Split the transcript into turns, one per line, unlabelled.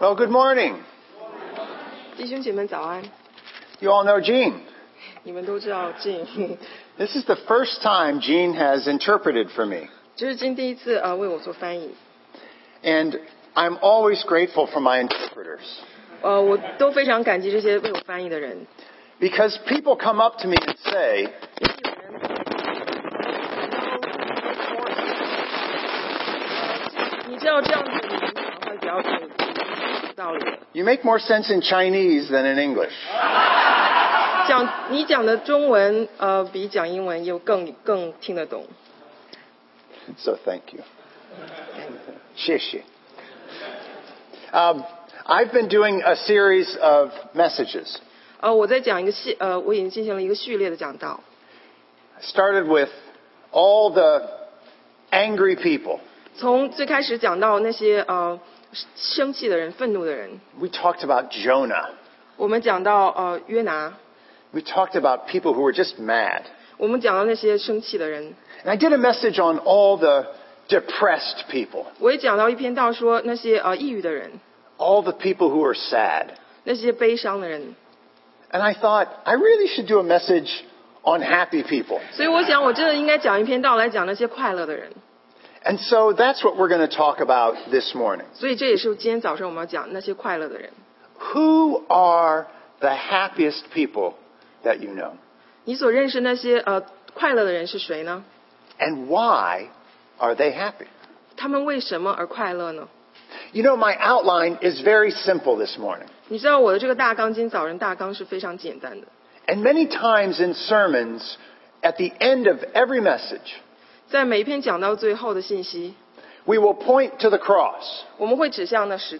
Well, good morning.
弟兄姐妹早安！
You all know Gene.
你们都知道静，
This is the first time Gene has interpreted for me.
就是静第一次呃为我做翻译，
And I'm always grateful for my interpreters
呃我都非常感激这些为我翻译的人。
because people come up to me and say,
也有人你知道这样子你们讲会比较有道理的，
You make more sense in Chinese than in English.
讲你讲的中文呃比讲英文又更更听得懂。
So thank you. Shishi. Um, I've been doing a series of messages.
呃，我在讲一个系呃，我已经进行了一个序列的讲道，
I started with all the angry people.
从最开始讲到那些呃生气的人、愤怒的人，
We talked about Jonah.
我们讲到呃约拿，
We talked about people who were just mad.
我们讲到那些生气的人，
And I did a message on all the depressed people,
我也讲到一篇道说那些呃抑郁的人，
all the people who are sad.
那些悲伤的人，
And I thought, I really should do a message on happy people.
所以我想我真的应该讲一篇道来讲那些快乐的人，
And so that's what we're going to talk about this morning.
所以这也是今天早上我们要讲那些快乐的人。
Who are the happiest people that you know?
你所认识那些呃快乐的人是谁呢？
And why are they happy?
他们为什么而快乐呢？
You know, my outline is very simple this morning.
你知道我的这个大纲，今天早晨大纲是非常简单的，
And many times in sermons, at the end of every message,
在每一篇讲到最后的信息，
we will point to the cross.
我们会指向那十